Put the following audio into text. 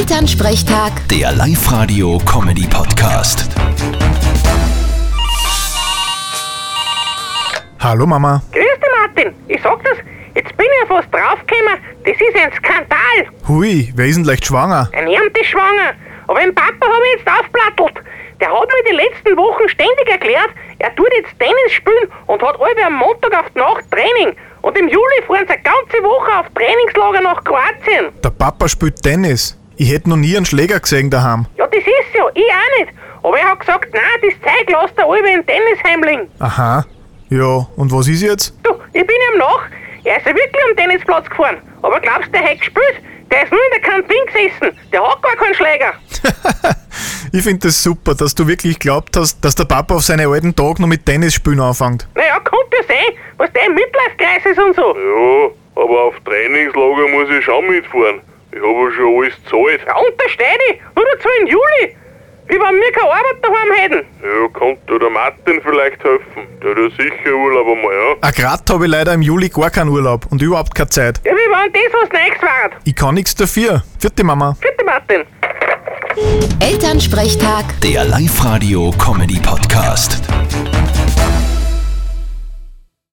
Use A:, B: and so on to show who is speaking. A: Elternsprechtag,
B: Der Live-Radio-Comedy-Podcast.
C: Hallo Mama.
D: Grüß dich, Martin. Ich sag das, jetzt bin ich ja fast draufgekommen, das ist ein Skandal.
C: Hui, wer ist denn leicht schwanger?
D: Ein Herrn ist schwanger. Aber den Papa habe ich jetzt aufplattelt. Der hat mir die letzten Wochen ständig erklärt, er tut jetzt Tennis spielen und hat alle am Montag auf die Nacht Training. Und im Juli fahren sie eine ganze Woche auf Trainingslager nach Kroatien.
C: Der Papa spielt Tennis. Ich hätte noch nie einen Schläger gesehen daheim.
D: Ja, das ist ja, ich auch nicht. Aber er hat gesagt, nein, das Zeug lässt er alle in Tennisheimling.
C: Aha. Ja, und was ist jetzt?
D: Du, ich bin ihm nach. Er ist ja wirklich am Tennisplatz gefahren. Aber glaubst du, der hat gespielt? Der ist nur in der Kantine gesessen. Der hat gar keinen Schläger.
C: Ich finde das super, dass du wirklich glaubt hast, dass der Papa auf seine alten Tage noch mit Tennis spielen anfängt.
D: Naja, kommt ja sein, was der im Midlife-Kreis ist und so.
E: Ja, aber auf Trainingslager muss ich schon mitfahren. Ich habe ja schon alles gezahlt.
D: Ja, untersteh dich, nur dazu im Juli. Wie wenn wir keine Arbeit daheim hätten.
E: Ja, kann dir der Martin vielleicht helfen? Der hat ja sicher Urlaub einmal, ja?
C: Ah, grad habe ich leider im Juli gar keinen Urlaub und überhaupt keine Zeit.
D: Ja, wie wenn das was Neues war.
C: Ich kann nichts dafür. Vierte Mama.
D: Bitte, Martin.
A: Elternsprechtag.
B: Der Live-Radio-Comedy-Podcast.